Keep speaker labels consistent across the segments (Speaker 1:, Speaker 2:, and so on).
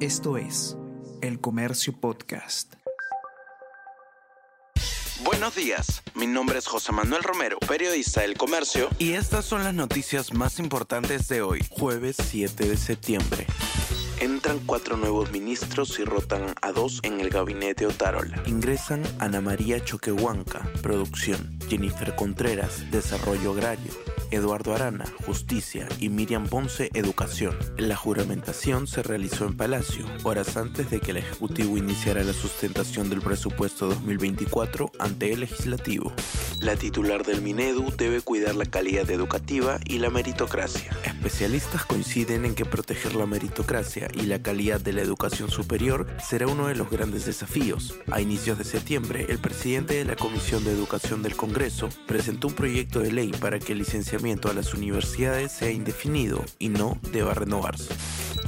Speaker 1: Esto es El Comercio Podcast.
Speaker 2: Buenos días, mi nombre es José Manuel Romero, periodista del Comercio, y estas son las noticias más importantes de hoy, jueves 7 de septiembre. Entran cuatro nuevos ministros y rotan a dos en el gabinete Otárola. Ingresan Ana María Choquehuanca, Producción, Jennifer Contreras, Desarrollo Agrario, Eduardo Arana, Justicia y Miriam Ponce, Educación. La juramentación se realizó en Palacio, horas antes de que el Ejecutivo iniciara la sustentación del presupuesto 2024 ante el Legislativo. La titular del Minedu debe cuidar la calidad educativa y la meritocracia. Especialistas coinciden en que proteger la meritocracia y la calidad de la educación superior será uno de los grandes desafíos. A inicios de septiembre, el presidente de la Comisión de Educación del Congreso presentó un proyecto de ley para que el licenciamiento a las universidades sea indefinido y no deba renovarse.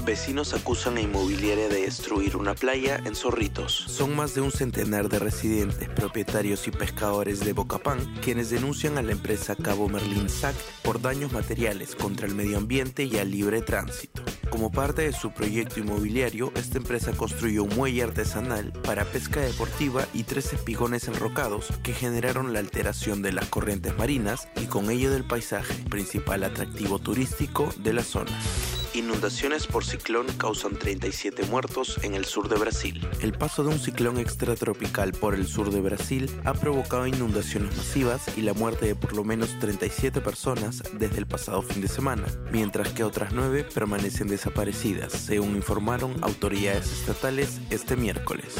Speaker 2: Vecinos acusan a inmobiliaria de destruir una playa en Zorritos. Son más de un centenar de residentes, propietarios y pescadores de Bocapán quienes denuncian a la empresa Cabo Merlin SAC por daños materiales contra el medio ambiente y al libre tránsito. Como parte de su proyecto inmobiliario, esta empresa construyó un muelle artesanal para pesca deportiva y tres espigones enrocados que generaron la alteración de las corrientes marinas y con ello del paisaje, principal atractivo turístico de la zona. Inundaciones por ciclón causan 37 muertos en el sur de Brasil. El paso de un ciclón extratropical por el sur de Brasil ha provocado inundaciones masivas y la muerte de por lo menos 37 personas desde el pasado fin de semana, mientras que otras 9 permanecen desaparecidas, según informaron autoridades estatales este miércoles.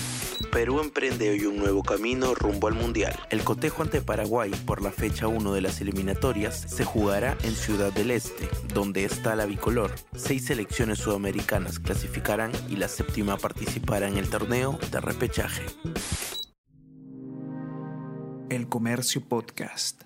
Speaker 2: Perú emprende hoy un nuevo camino rumbo al Mundial. El cotejo ante Paraguay por la fecha 1 de las eliminatorias se jugará en Ciudad del Este, donde está la bicolor. Seis selecciones sudamericanas clasificarán y la séptima participará en el torneo de repechaje.
Speaker 1: El Comercio Podcast.